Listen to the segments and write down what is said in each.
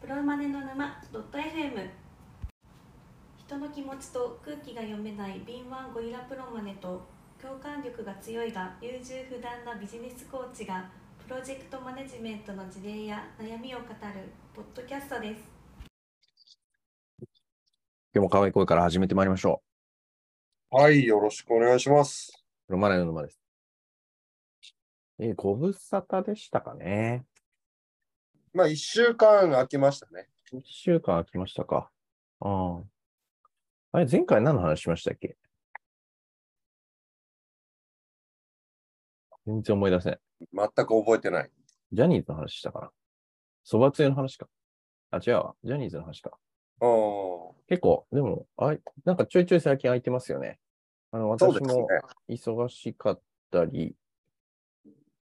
プロマネの沼ドット FM 人の気持ちと空気が読めない敏腕ゴリラプロマネと共感力が強いが優柔不断なビジネスコーチがプロジェクトマネジメントの事例や悩みを語るポッドキャストです今日も可愛い声から始めてまいりましょはい、よろしくお願いします。う。プロマネの沼です。えーご無沙汰でしたかね。まあ、一週間空きましたね。 1週間空きましたか。ああ。あれ、前回何の話しましたっけ全然思い出せない。全く覚えてない。ジャニーズの話したかな。そばつゆの話か。あ、違うわ。ジャニーズの話か。うん。結構、でも、あいなんかちょいちょい最近空いてますよね。あの、そう私ですねも。忙しかったり、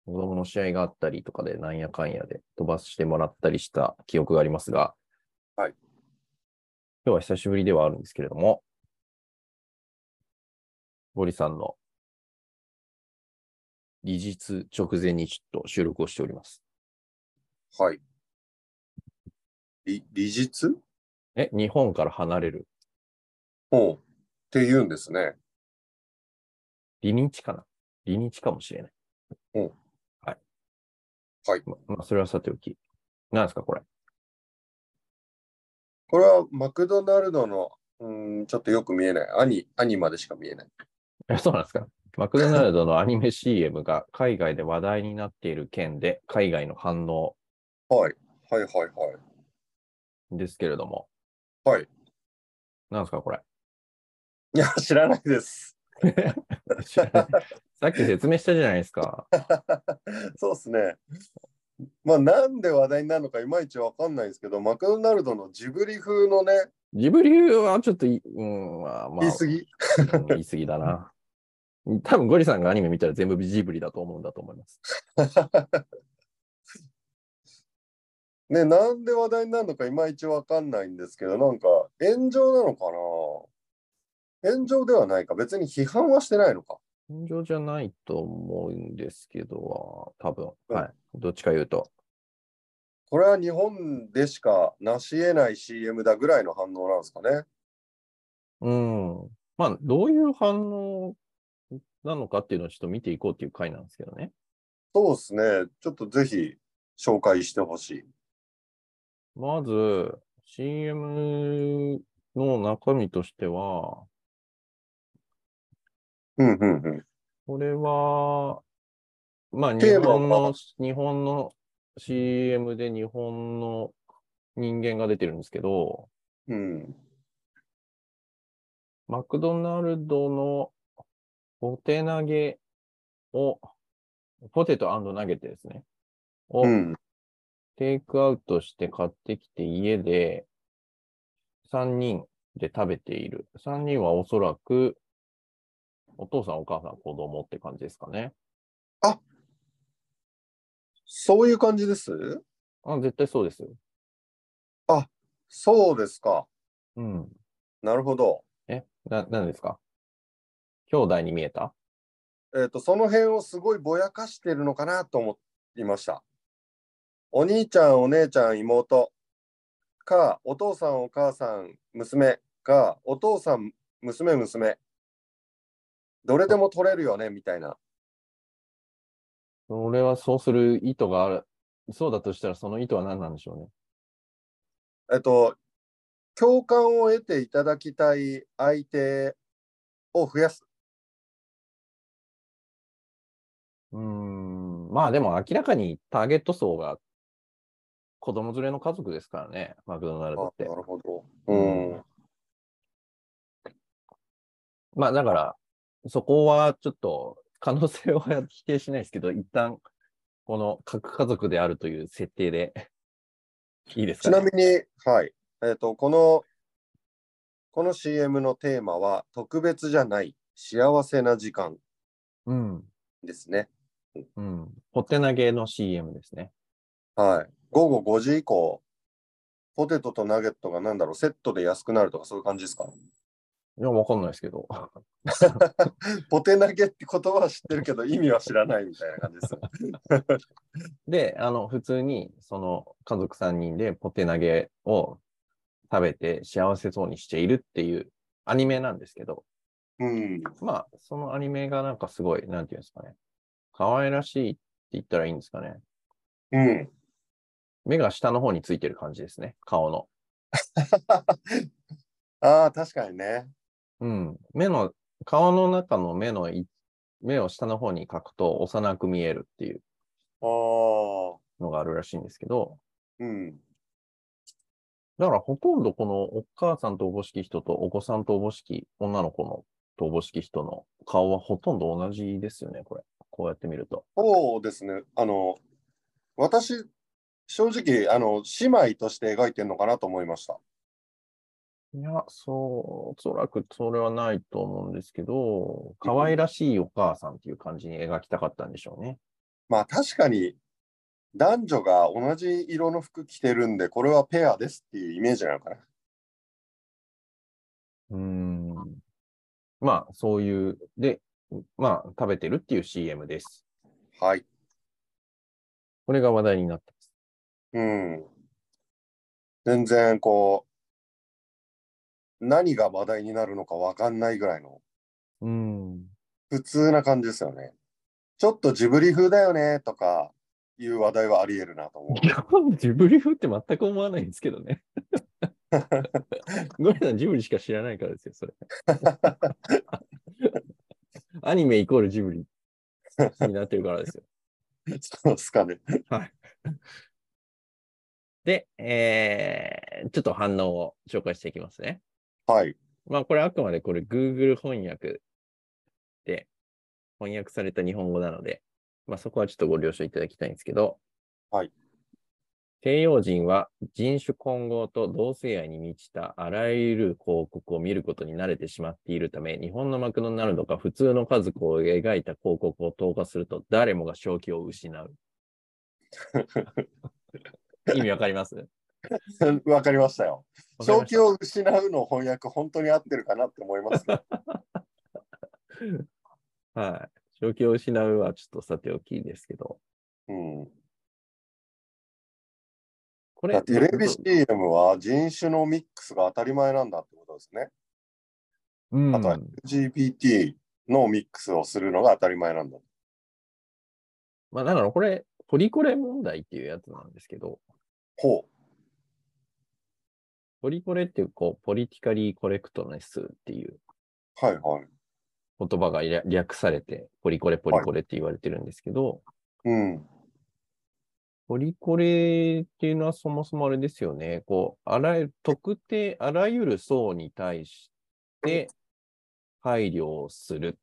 子供の試合があったりとかで、なんやかんやで飛ばしてもらったりした記憶がありますが、はい。今日は久しぶりではあるんですけれども、森さんの理日直前にちょっと収録をしております。はい。り理実え、日本から離れるうん。って言うんですね。離日かな離日かもしれない。うんはい。はいま。まあ、それはさておき。なんですか、これ。これはマクドナルドの、うん、ちょっとよく見えない。兄、兄までしか見えない。え そうなんですかマクドナルドのアニメ CM が海外で話題になっている件で、海外の反応はい。はいはいはい。ですけれども。はい。なんですか、これ。いや、知らないです。知らないさっき説明したじゃないですか。そうですね。まあ、なんで話題になるのかいまいちわかんないですけど、マクドナルドのジブリ風のね、ジブリはちょっとい、うん、まあ、まあ、言い過ぎ。うん言い過ぎだな。多分ゴリさんがアニメ見たら全部ジブリだと思うんだと思います。 ね、なんで話題になるのかいまいちわかんないんですけど、なんか炎上なのかな炎上ではないか。別に批判はしてないのか。現状じゃないと思うんですけど、多分、うんはい。どっちか言うと。これは日本でしか成し得ない CM だぐらいの反応なんですかね。うん。まあ、どういう反応なのかっていうのをちょっと見ていこうっていう回なんですけどね。そうですね。ちょっとぜひ紹介してほしい。まず、CM の中身としては、うんうんうん。これは、まあ、日テーマは本の、日本の CM で日本の人間が出てるんですけど、うん。マクドナルドのポテ投げを、ポテト投げてですね、をうん。テイクアウトして買ってきて家で3人で食べている。3人はおそらくお父さん、お母さん、子供って感じですかね。そういう感じですあ、絶対そうですよ。そうですか。うん。なるほど。え、な、何ですか兄弟に見えたえっ、と、その辺をすごいぼやかしてるのかなと思いました。お兄ちゃん、お姉ちゃん、妹か、お父さん、お母さん、娘か、お父さん、娘、娘。どれでも取れるよね、みたいな。俺はそうする意図がある。そうだとしたらその意図は何なんでしょうね。えっ、と、共感を得ていただきたい相手を増やす。うーんまあでも明らかにターゲット層が子供連れの家族ですからね、マクドナルあドなって。るほど。うん。まあだから、そこはちょっと可能性は否定しないですけど、一旦、この核家族であるという設定でいいですちかね。なみに、はい。えっ、と、この、この CM のテーマは、特別じゃない、幸せな時間うん。ですね。うん。ポテ投げの CM ですね。はい。午後5時以降、ポテトとナゲットがなんだろう、セットで安くなるとか、そういう感じですかいや、わかんないですけど。ポテ投げって言葉は知ってるけど、意味は知らないみたいな感じです。で、あの、普通に、その、家族3人でポテ投げを食べて幸せそうにしているっていうアニメなんですけど、うん。まあ、そのアニメがなんかすごい、なんていうんですかね。可愛らしいって言ったらいいんですかね。うん。 目が下の方についてる感じですね、顔の。ああ、確かにね。うん。目の、顔の中の目のい、目を下の方に描くと幼く見えるっていうああ。のがあるらしいんですけど、うん。だからほとんどこのお母さんとおぼしき人とお子さんとおぼしき女の子のとおぼしき人の顔はほとんど同じですよね、これ。こうやって見ると。そうですね。あの、私、正直、あの、姉妹として描いてるのかなと思いました。いや、そう、おそらくそれはないと思うんですけど、可愛らしいお母さんっていう感じに描きたかったんでしょうね。まあ、確かに、男女が同じ色の服着てるんで、これはペアですっていうイメージなのかな。うーん。まあ、そういう、で、まあ、食べてるっていう CM です。はい。これが話題になってます。うん。全然、こう、何が話題になるのかわかんないぐらいの、うーん。普通な感じですよね。ちょっとジブリ風だよね、とか、いう話題はあり得るなと思う。 いや、ジブリ風って全く思わないんですけど ね。ごめんなさい、ジブリしか知らないからですよ、そ れ。アニメイコールジブリになってるからですよ。そうですかね。で、えー、ちょっと反応を紹介していきますね。はい。 まあ、これあくまでこれ Google 翻訳で翻訳された日本語なので、まあ、そこはちょっとご了承いただきたいんですけど、はい。西洋人は人種混合と同性愛に満ちたあらゆる広告を見ることに慣れてしまっているため、日本のマクドナルドが普通の家族を描いた広告を投下すると誰もが正気を失 う。意味わかりますわかりましたよ。わかり正ました気を失うの翻訳、本当に合ってるかなって思いますけ ど。はい。正気を失うはちょっとさておきですけど。うん、こだれ、テレビど CM は人種のミックスが当たり前なんだってことですね。うん、あとは LGBT のミックスをするのが当たり前なんだ。まあ、だからこれ、ポリコレ問題っていうやつなんですけど、ほポリコレっていう、こう、ポリティカリーコレクトネスっていうう。はいはい。言葉が略略されて、ポリコレ、ポリコレって言われてるんですけど、うん。ポリコレっていうのはそもそもあれですよね。こう、あらゆる、特定、あらゆる層に対して配慮をする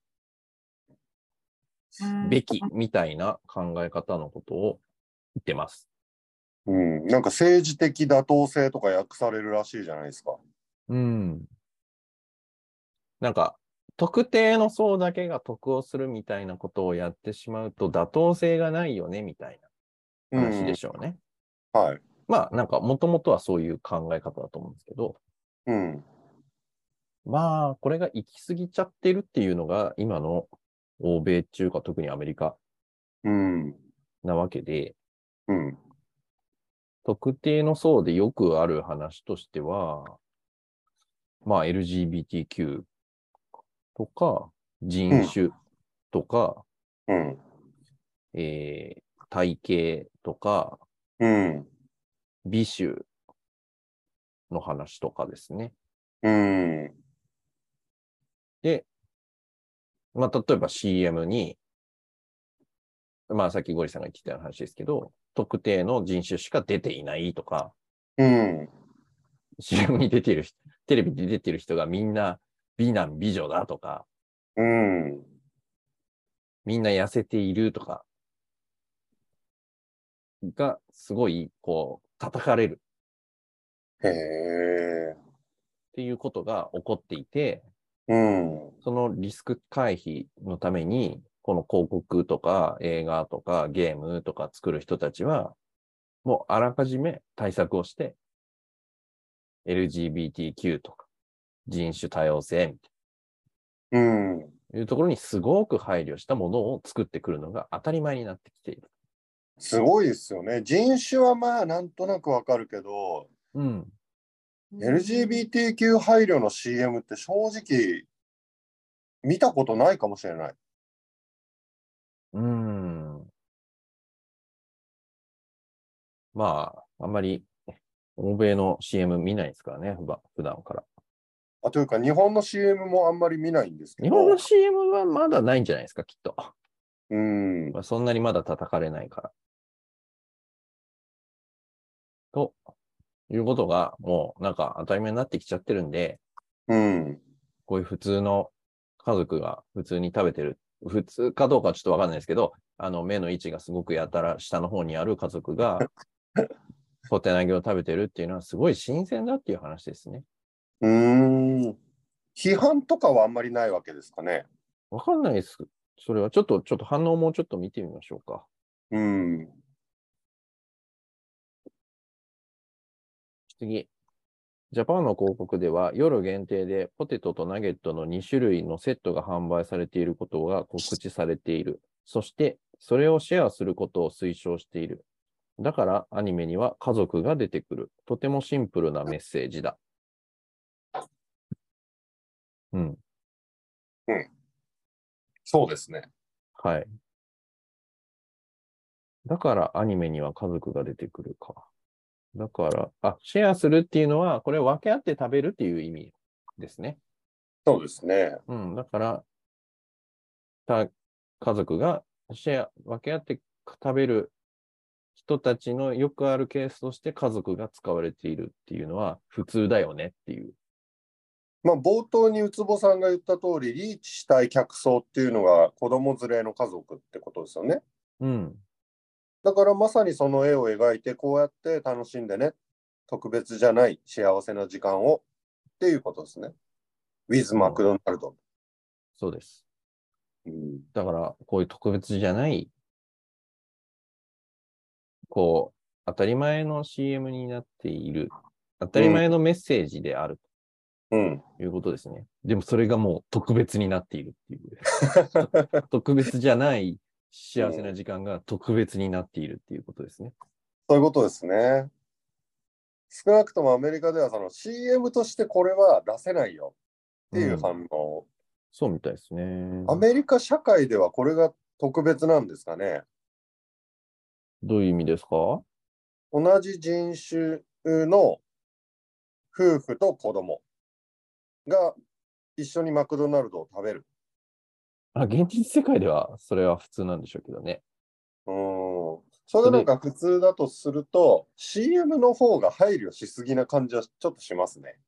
べきみたいな考え方のことを言ってます。うん、なんか政治的妥当性とか訳されるらしいじゃないですか。うん。なんか、特定の層だけが得をするみたいなことをやってしまうと妥当性がないよねみたいな話でしょうね。うん、はい。まあ、なんか、もともとはそういう考え方だと思うんですけど、うん。まあ、これが行き過ぎちゃってるっていうのが、今の欧米中華、特にアメリカうん。なわけで、うん。特定の層でよくある話としては、まあ、LGBTQ とか、人種とか、うん。えー体型とか、うん。美醜の話とかですね。うん。まあ、例えば CM に、まあ、さっきゴリさんが言ってたような話ですけど、特定の人種しか出ていないとか、うん。 CM に出ている人、テレビで出ている人がみんな美男美女だとか、うん。みんな痩せているとか、が、すごい、こう、叩かれるへえ。っていうことが起こっていて、うん。そのリスク回避のために、この広告とか映画とかゲームとか作る人たちは、もうあらかじめ対策をして、LGBTQ とか人種多様性みたいうん。いうところにすごく配慮したものを作ってくるのが当たり前になってきている。すごいですよね。人種はまあなんとなくわかるけど、うん。 LGBTQ 配慮の CM って正直見たことないかもしれない。うん。まあ、あんまり欧米の CM 見ないですからね、ふば普段から。あというか日本の CM もあんまり見ないんですけ日本どの、CM はまだないんじゃないですか、きっと。うん、まあ、そんなにまだ叩かれないから。ということが、もうなんか当たり前になってきちゃってるんで、うん、こういう普通の家族が普通に食べてる、普通かどうかちょっとわかんないですけど、あの目の位置がすごくやたら下の方にある家族が、ポテナゲを食べてるっていうのはすごい新鮮だっていう話ですね。うん。批判とかはあんまりないわけですかね。わかんないです。それはちょっと、ちょっと反応もちょっと見てみましょうか。うん、次。ジャパンの広告では夜限定でポテトとナゲットの2種類のセットが販売されていることが告知されている。そしてそれをシェアすることを推奨している。だからアニメには家族が出てくる。とてもシンプルなメッセージだ。うん。そうですね。はい。だからアニメには家族が出てくるか。だから、あ、シェアするっていうのは、これ分け合って食べるっていう意味ですね。そうですね。うん、だから、た家族がシェア、分け合って食べる人たちのよくあるケースとして家族が使われているっていうのは普通だよねっていう。まあ、冒頭にウツボさんが言った通り、リーチしたい客層っていうのが子供連れの家族ってことですよね。うん。だからまさにその絵を描いて、こうやって楽しんでね、特別じゃない幸せな時間をっていうことですね。with マクドナルド。そうです。うん、だから、こういう特別じゃない、こう、当たり前の CM になっている、当たり前のメッセージであるうん、ということですね。でもそれがもう特別になっているっていう。 特別じゃない幸せな時間が特別になっているっていうことですね。そういうことですね。少なくともアメリカではその CM としてこれは出せないよっていう反応、そうみたいですね。アメリカ社会ではこれが特別なんですかね。どういう意味ですか同じ人種の夫婦と子供が一緒にマクドナルドを食べる。あ現実世界ではそれは普通なんでしょうけどね。うーん。それがなんか普通だとすると、CM の方が配慮しすぎな感じはちょっとしますね。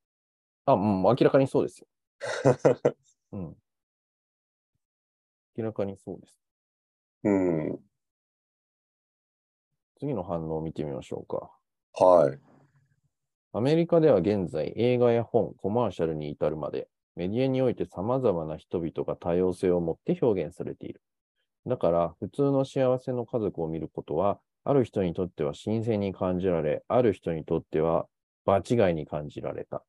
あ、うん、明らかにそうですよ。うん。明らかにそうです。うん。次の反応を見てみましょうか。はい。アメリカでは現在、映画や本、コマーシャルに至るまで、メディアにおいて様々な人々が多様性を持って表現されている。だから、普通の幸せの家族を見ることは、ある人にとっては新鮮に感じられ、ある人にとっては場違いに感じられた。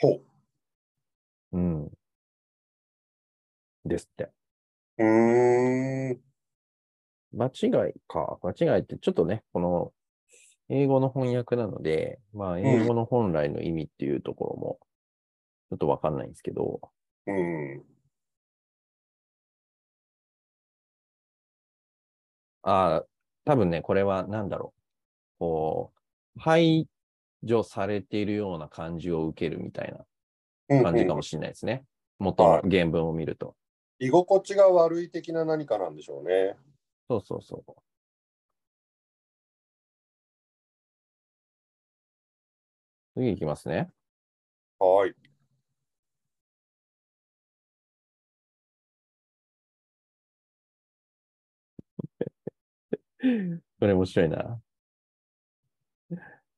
ほうん。ですって。う。うーん。間違いか。間違いってちょっとね、この英語の翻訳なので、まあ英語の本来の意味っていうところもちょっとわかんないんですけど、うん。ああ、多分ね、これは何だろう。こう、排除されているような感じを受けるみたいうんな感じかもしれないですね。元の原文を見ると。居心地が悪い的な何かなんでしょうね。そうそうそう。次行きますね。はい。 これ面白いな。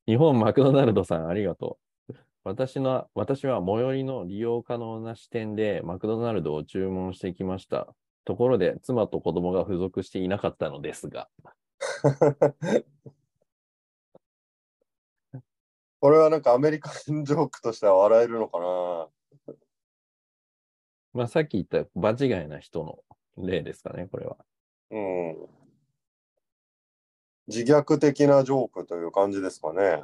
日本マクドナルドさん、ありがとう。私の、私は最寄りの利用可能な支店でマクドナルドを注文してきました。ところで、妻と子供が付属していなかったのですが。これはなんかアメリカンジョークとしては笑えるのかな。まあ、さっき言った場違いな人の例ですかね、これは。うん。自虐的なジョークという感じですかね。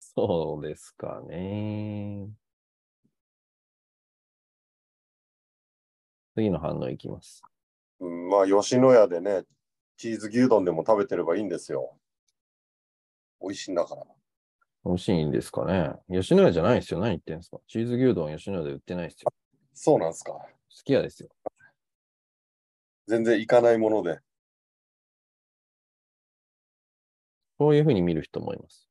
そうですかね。次の反応いきます。うん、まあ、吉野家でね、チーズ牛丼でも食べてればいいんですよ。美味しいんだから。美味しいんですかね。吉野家じゃないですよ。何言ってんですか。チーズ牛丼吉野家で売ってないですよ。そうなんですか。好き家ですよ。全然行かないもので。そういうふうに見る人もいます。う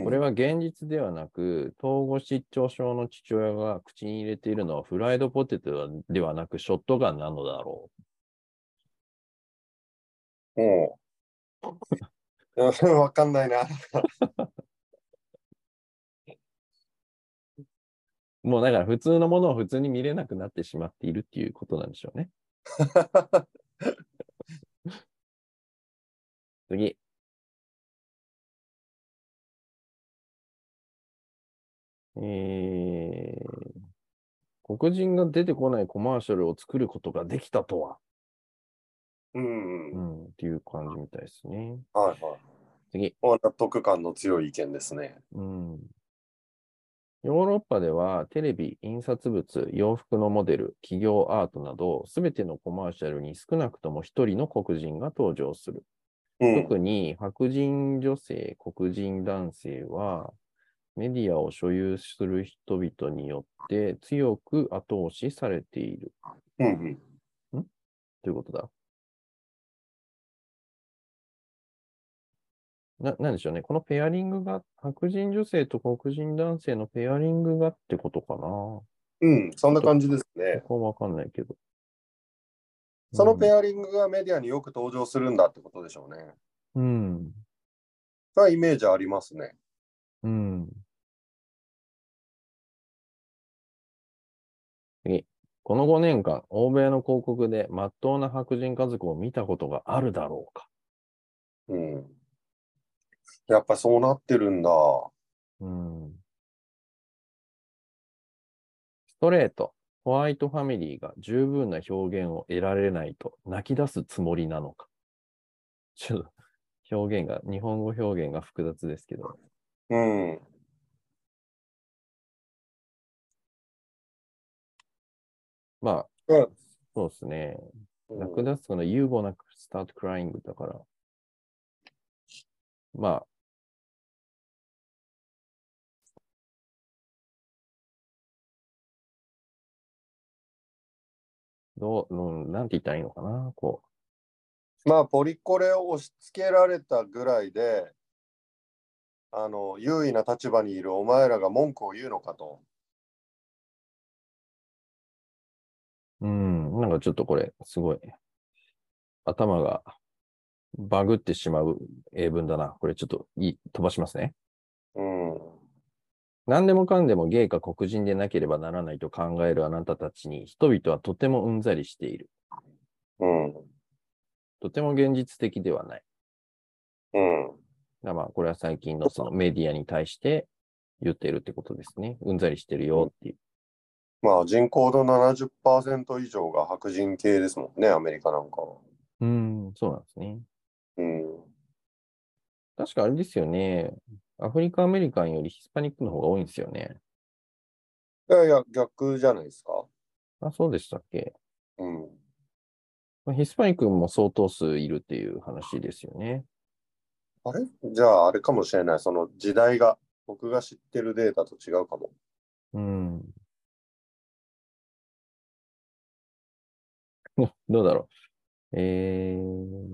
んこれは現実ではなく、統合失調症の父親が口に入れているのはフライドポテトではなくショットガンなのだろうん。 わかんない な。う。もうだから普通のものを普通に見れなくなってしまっているっていうことなんでしょうね。次。えー、黒人が出てこないコマーシャルを作ることができたとは、うん。うはいん、っていう感じみたいですね。はい。次。まあ納得感の強い意見ですね。うん。ヨーロッパではテレビ、印刷物、洋服のモデル、企業アートなど、すべてのコマーシャルに少なくとも一人の黒人が登場する。うん。特に白人女性、黒人男性は、メディアを所有する人々によって強く後押しされているうんうん。ということだ。な、なんでしょうね。このペアリングが、白人女性と黒人男性のペアリングがってことかな。こうん。そんな感じですね。こはわかんないけど。そのペア、アリングがメディアによく登場するんだってことでしょうね。うん、それはイメージありますね。うん。次。この5年間、欧米の広告で真っ当な白人家族を見たことがあるだろうか。うん。やっぱそうなってるんだ。うんストレート、ホワイトファミリーが十分な表現を得られないと泣き出すつもりなのか。ちょっと表現が、日本語表現が複雑ですけど。うん。まあ、うんそうですね。うん泣き出すのはユーゴなくスタートクライングだから。まあ、どう、うん、なんて言ったらいいのかな、こまあ、ポリコレを押し付けられたぐらいで、あの、優位な立場にいるお前らが文句を言うのかと。う。うん、なんかちょっとこれ、すごい、頭がバグってしまう英文だな。これちょっとい飛ばしますね。うん。何でもかんでもゲイか黒人でなければならないと考えるあなたたちに、人々はとてもうんざりしている。うん。とても現実的ではない。うん。だからまあ、これは最近のそのメディアに対して言ってるってことですね。うんざりしてるよっていう。まあ、人口の70%以上が白人系ですもんね、アメリカなんかは。うん、そうなんですね。うん。確かあれですよね。アフリカアメリカンよりヒスパニックの方が多いんですよね。いやいや、逆じゃないですか。あ、そうでしたっけ。うん。まあヒスパニックも相当数いるっていう話ですよね。あれじゃあ、あれかもしれない。その時代が、僕が知ってるデータと違うかも。うん。 どうだろう。えー。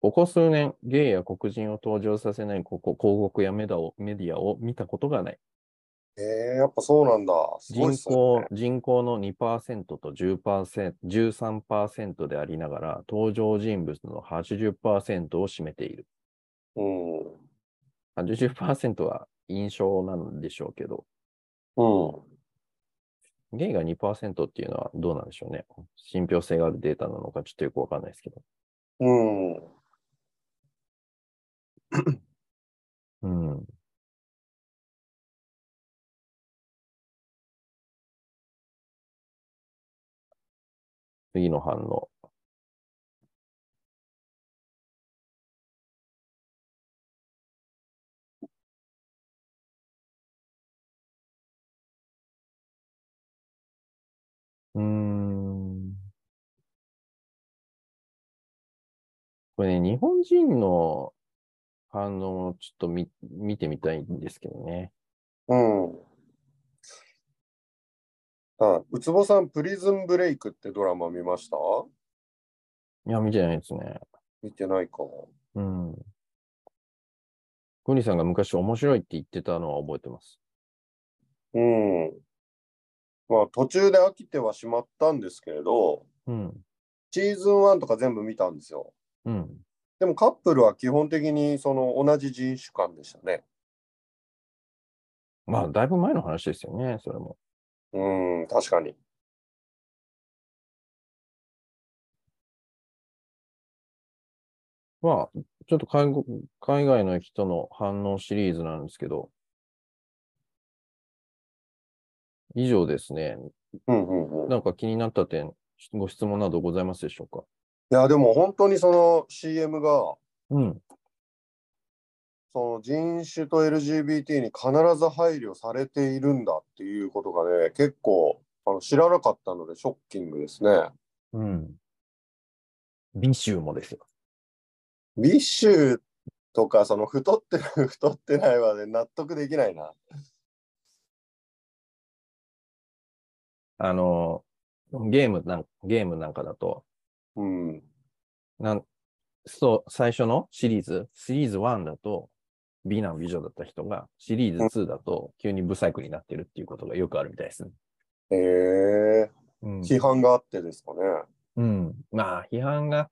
ここ数年、ゲイや黒人を登場させないここ広告やメダをメディアを見たことがない。ええやっぱそうなんだ。すごいっ人すね。口人口の2%と10% 13%でありながら、登場人物の80%を占めている。うん。 80%は印象なんでしょうけど、うん。ゲイが2%っていうのはどうなんでしょうね。信憑性があるデータなのかちょっとよくわかんないですけど。うん。次の反応。うーん。これね、日本人の反応をちょっと見見てみたいんですけどね。うん。あ、ウツボさん、プリズンブレイクってドラマ見ましたいや、見てないですね。見てないか。うん。グニさんが昔面白いって言ってたのは覚えてます。うん。まあ、途中で飽きてはしまったんですけれど、うん。シーズン1とか全部見たんですよ。うん。でもカップルは基本的にその同じ人種間でしたね。まあ、だいぶ前の話ですよね、それも。うん、確かに。まあ、ちょっと海外海外の人の反応シリーズなんですけど、以上ですね。うんうんうん。いなんか気になった点、ご質問などございますでしょうかや、でも本当にその CM が、うん。その人種と LGBT に必ず配慮されているんだっていうことがね、結構あの知らなかったのでショッキングですね。うん。美臭もですよ。ビッシュとか、その太ってる、太ってないはね、納得できないな。あの、ゲームなんゲームなんかだと、うん。なんそう、最初のシリーズ、シリーズ1だと、美男美女だった人が、シリーズ2だと、急にブサイクになってるっていうことがよくあるみたいですね。へえうん批判があってですかね。うん。まあ、批判が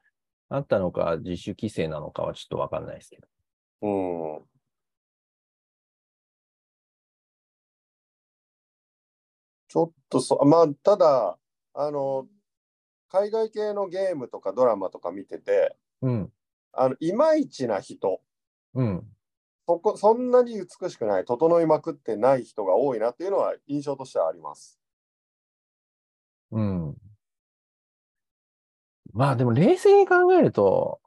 あったのか、自主規制なのかはちょっとわかんないですけど。うん。ちょっとそ、まあ、ただ、あの、海外系のゲームとかドラマとか見てて、うん。あの、いまいちな人、うん。そこ、そんなに美しくない、整いまくってない人が多いなっていうのは印象としてはあります。うん。まあ、でも冷静に考えると、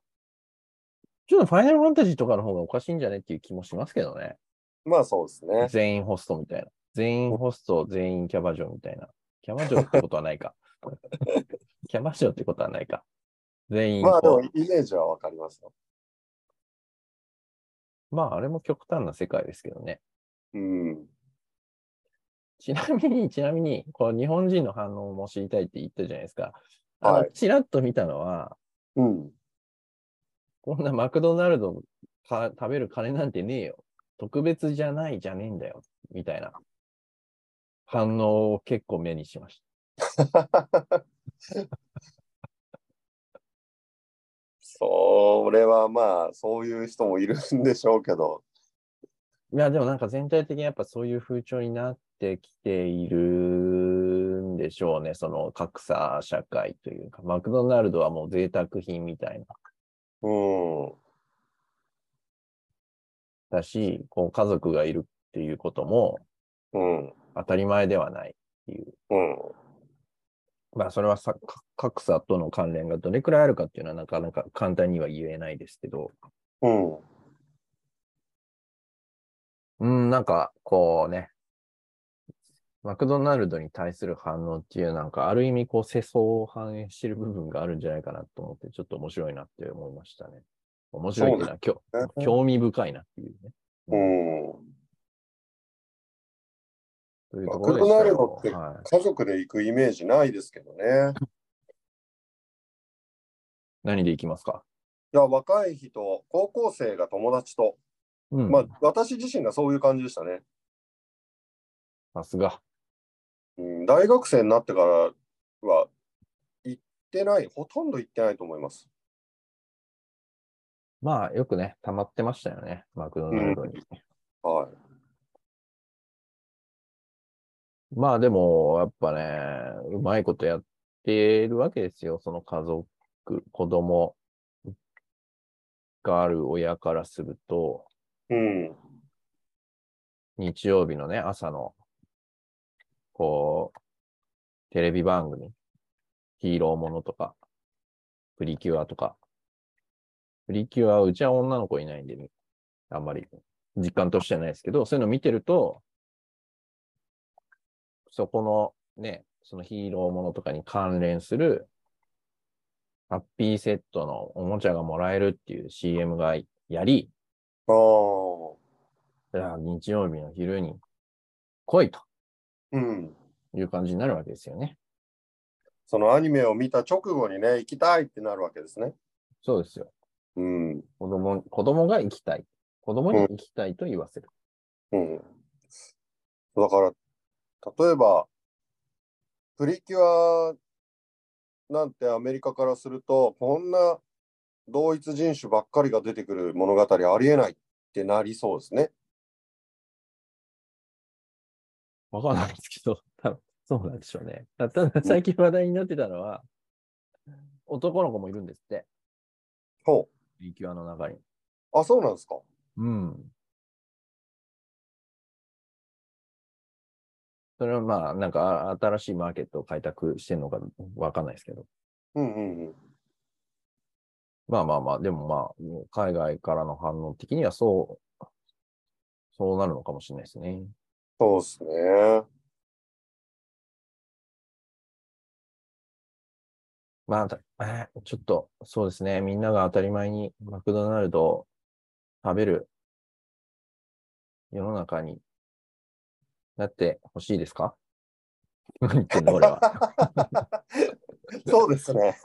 ちょっとファイナルファンタジーとかの方がおかしいんじゃねっていう気もしますけどね。まあそうですね。全員ホストみたいな。全員ホスト、全員キャバ嬢みたいな。キャバ嬢ってことは ないか。キャバ嬢ってことはないか。全員まあでもこイメージはわかりますよ。う。まあ、あれも極端な世界ですけどね。うん。ちなみに、ちなみに、こう日本人の反応も知りたいって言ったじゃないですか。あのはいちらっと見たのは、うん。 こんなマクドナルドか食べる金なんてねえよ。特別じゃないじゃねえんだよ。みたいな反応を結構目にしました。それはまあ、そういう人もいるんでしょうけど。いや、でもなんか全体的にやっぱそういう風潮になってきているんでしょうね。その格差社会というか、マクドナルドはもう贅沢品みたいな。うん。だし、こう家族がいるっていうこともうん。当たり前ではない。うん。まあそれはさか格差との関連がどれくらいあるかっていうのはなかなか簡単には言えないですけど、うん。うん、なんかこうね、マクドナルドに対する反応っていうなんかある意味こう世相を反映してる部分があるんじゃないかなと思ってちょっと面白いなって思いましたね。面白いっていうのはきょね興味深いなっていうね。うん。というところでマクドナしたルよドってはい家族で行くイメージないですけどね。何でいきますかいや、若い人、高校生が友達と、うん。まあ、私自身がそういう感じでしたね。さすが。うん、大学生になってからは、行ってない、ほとんど行ってないと思います。まあよくね、溜まってましたよね。マクドナルドに。はい。まあでも、やっぱね、うまいことやってるわけですよ。その家族、子供がある親からすると、うん。日曜日のね、朝の、こう、テレビ番組ヒーローものとか、プリキュアとか。プリキュア、うちは女の子いないんで、ね、あんまり実感としてはないですけど、そういうの見てると、そこのね、そのヒーローものとかに関連する、ハッピーセットのおもちゃがもらえるっていう CM がやり、ああ。じゃあ日曜日の昼に来いとうん。いう感じになるわけですよね。そのアニメを見た直後にね、行きたいってなるわけですね。そうですよ。うん。子供、子供が行きたい。子供に行きたいと言わせる。うん。だから、例えば、プリキュアなんてアメリカからすると、こんな同一人種ばっかりが出てくる物語ありえないってなりそうですね。わかんないですけど、多分そうなんでしょうね。ただ最近話題になってたのは、男の子もいるんですって、ほプリキュアの中に。う。あ、そうなんですか。うん。それはまあ、なんかあ新しいマーケットを開拓してるのかわかんないですけど。うんうんうん。まあまあまあ、でもまあ、もう海外からの反応的にはそう、そうなるのかもしれないですね。そうです ね。まあた、えーちょっと、そうですね。みんなが当たり前にマクドナルドを食べる世の中になってほしいです か何言ってんの俺は。そうですね。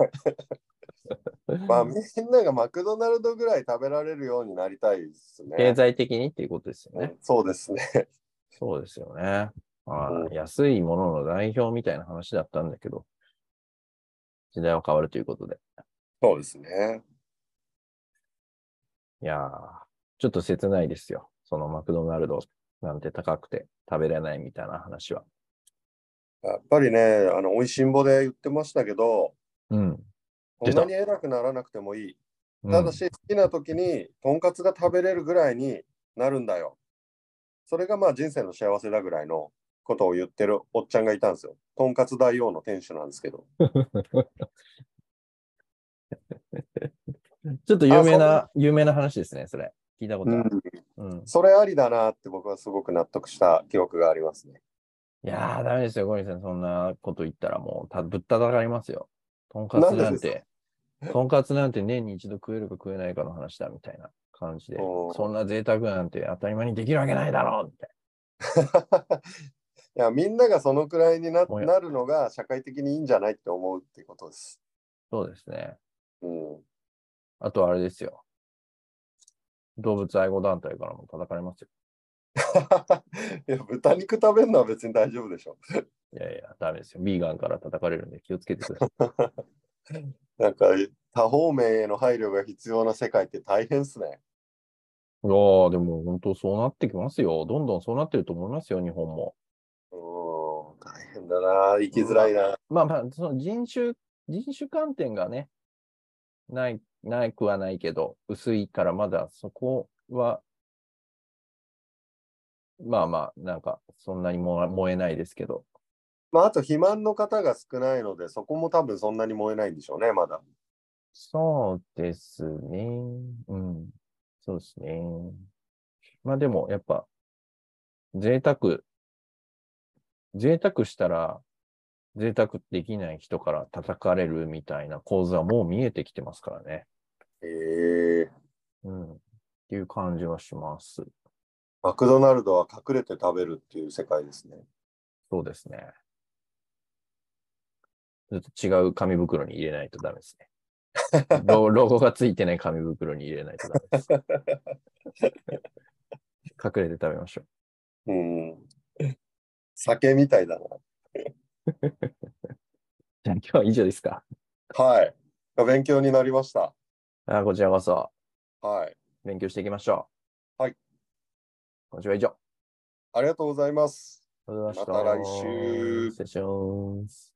まあ、みんながマクドナルドぐらい食べられるようになりたいですね。経済的にっていうことですよね。そうですね。 そうですよね。まあう、安いものの代表みたいな話だったんだけど、時代は変わるということで。そうですね。いやー、ちょっと切ないですよ。そのマクドナルドなんて高くて食べれないみたいな話は。やっぱりね、あの、美味しんぼで言ってましたけど、うん。こ出んたなに偉くならなくてもいい。うんただし、好きな時に、とんかつが食べれるぐらいになるんだよ。それがまあ人生の幸せだぐらいのことを言ってるおっちゃんがいたんですよ。とんかつ大王の店主なんですけど。 ちょっと有名あな、有名な話ですね、それ。聞いたことある。うん。それありだなって僕はすごく納得した記憶がありますね。 いやー、ダメですよ、ゴリさん。そんなこと言ったらもうたぶったたかりますよ。とんかつななんんででて、とんかつなんて年に一度食えるか食えないかの話だみたいな感じでお、ーそんな贅沢なんて当たり前にできるわけないだろうみたいいやみんながそのくらいになおやなるのが社会的にいいんじゃないって思うっていうことです。な。そうですね。うん、 あとあれですよ。動物愛護団体からも叩かれますよ。いや豚肉食べるのは別に大丈夫でしょ。 いやいや、ダメですよ。ビーガンから叩かれるんで気をつけてください。なんか多方面への配慮が必要な世界って大変っすね。いやー、でも本当そうなってきますよ。どんどんそうなってると思いますよ、日本も。うん大変だな生きづらいな。まあまあ、その人種、人種観点がね、ない、ないくはないけど、薄いからまだそこは、まあまあ、なんか、そんなに燃え燃えないですけど、まああと肥満の方が少ないのでそこも多分そんなに燃えないんでしょうねまだ。そうですね。うん。そうですね。まあでも、やっぱ、贅沢、贅沢したら、贅沢できない人から叩かれるみたいな構図はもう見えてきてますからね。えーうん。っていう感じはします。マクドナルドは隠れて食べるっていう世界ですね。そうですね。ちょっと違う紙袋に入れないとダメですね。 ロロゴがついてない紙袋に入れないとダメです。 隠れて食べましょう。うん。酒みたいだじゃあ今日は以上ですか。な。はい。勉強になりました。あこちらこそはい。勉強していきましょう。はい。今週は以上。ありがとうございます。ありがとうございまた来週失礼します。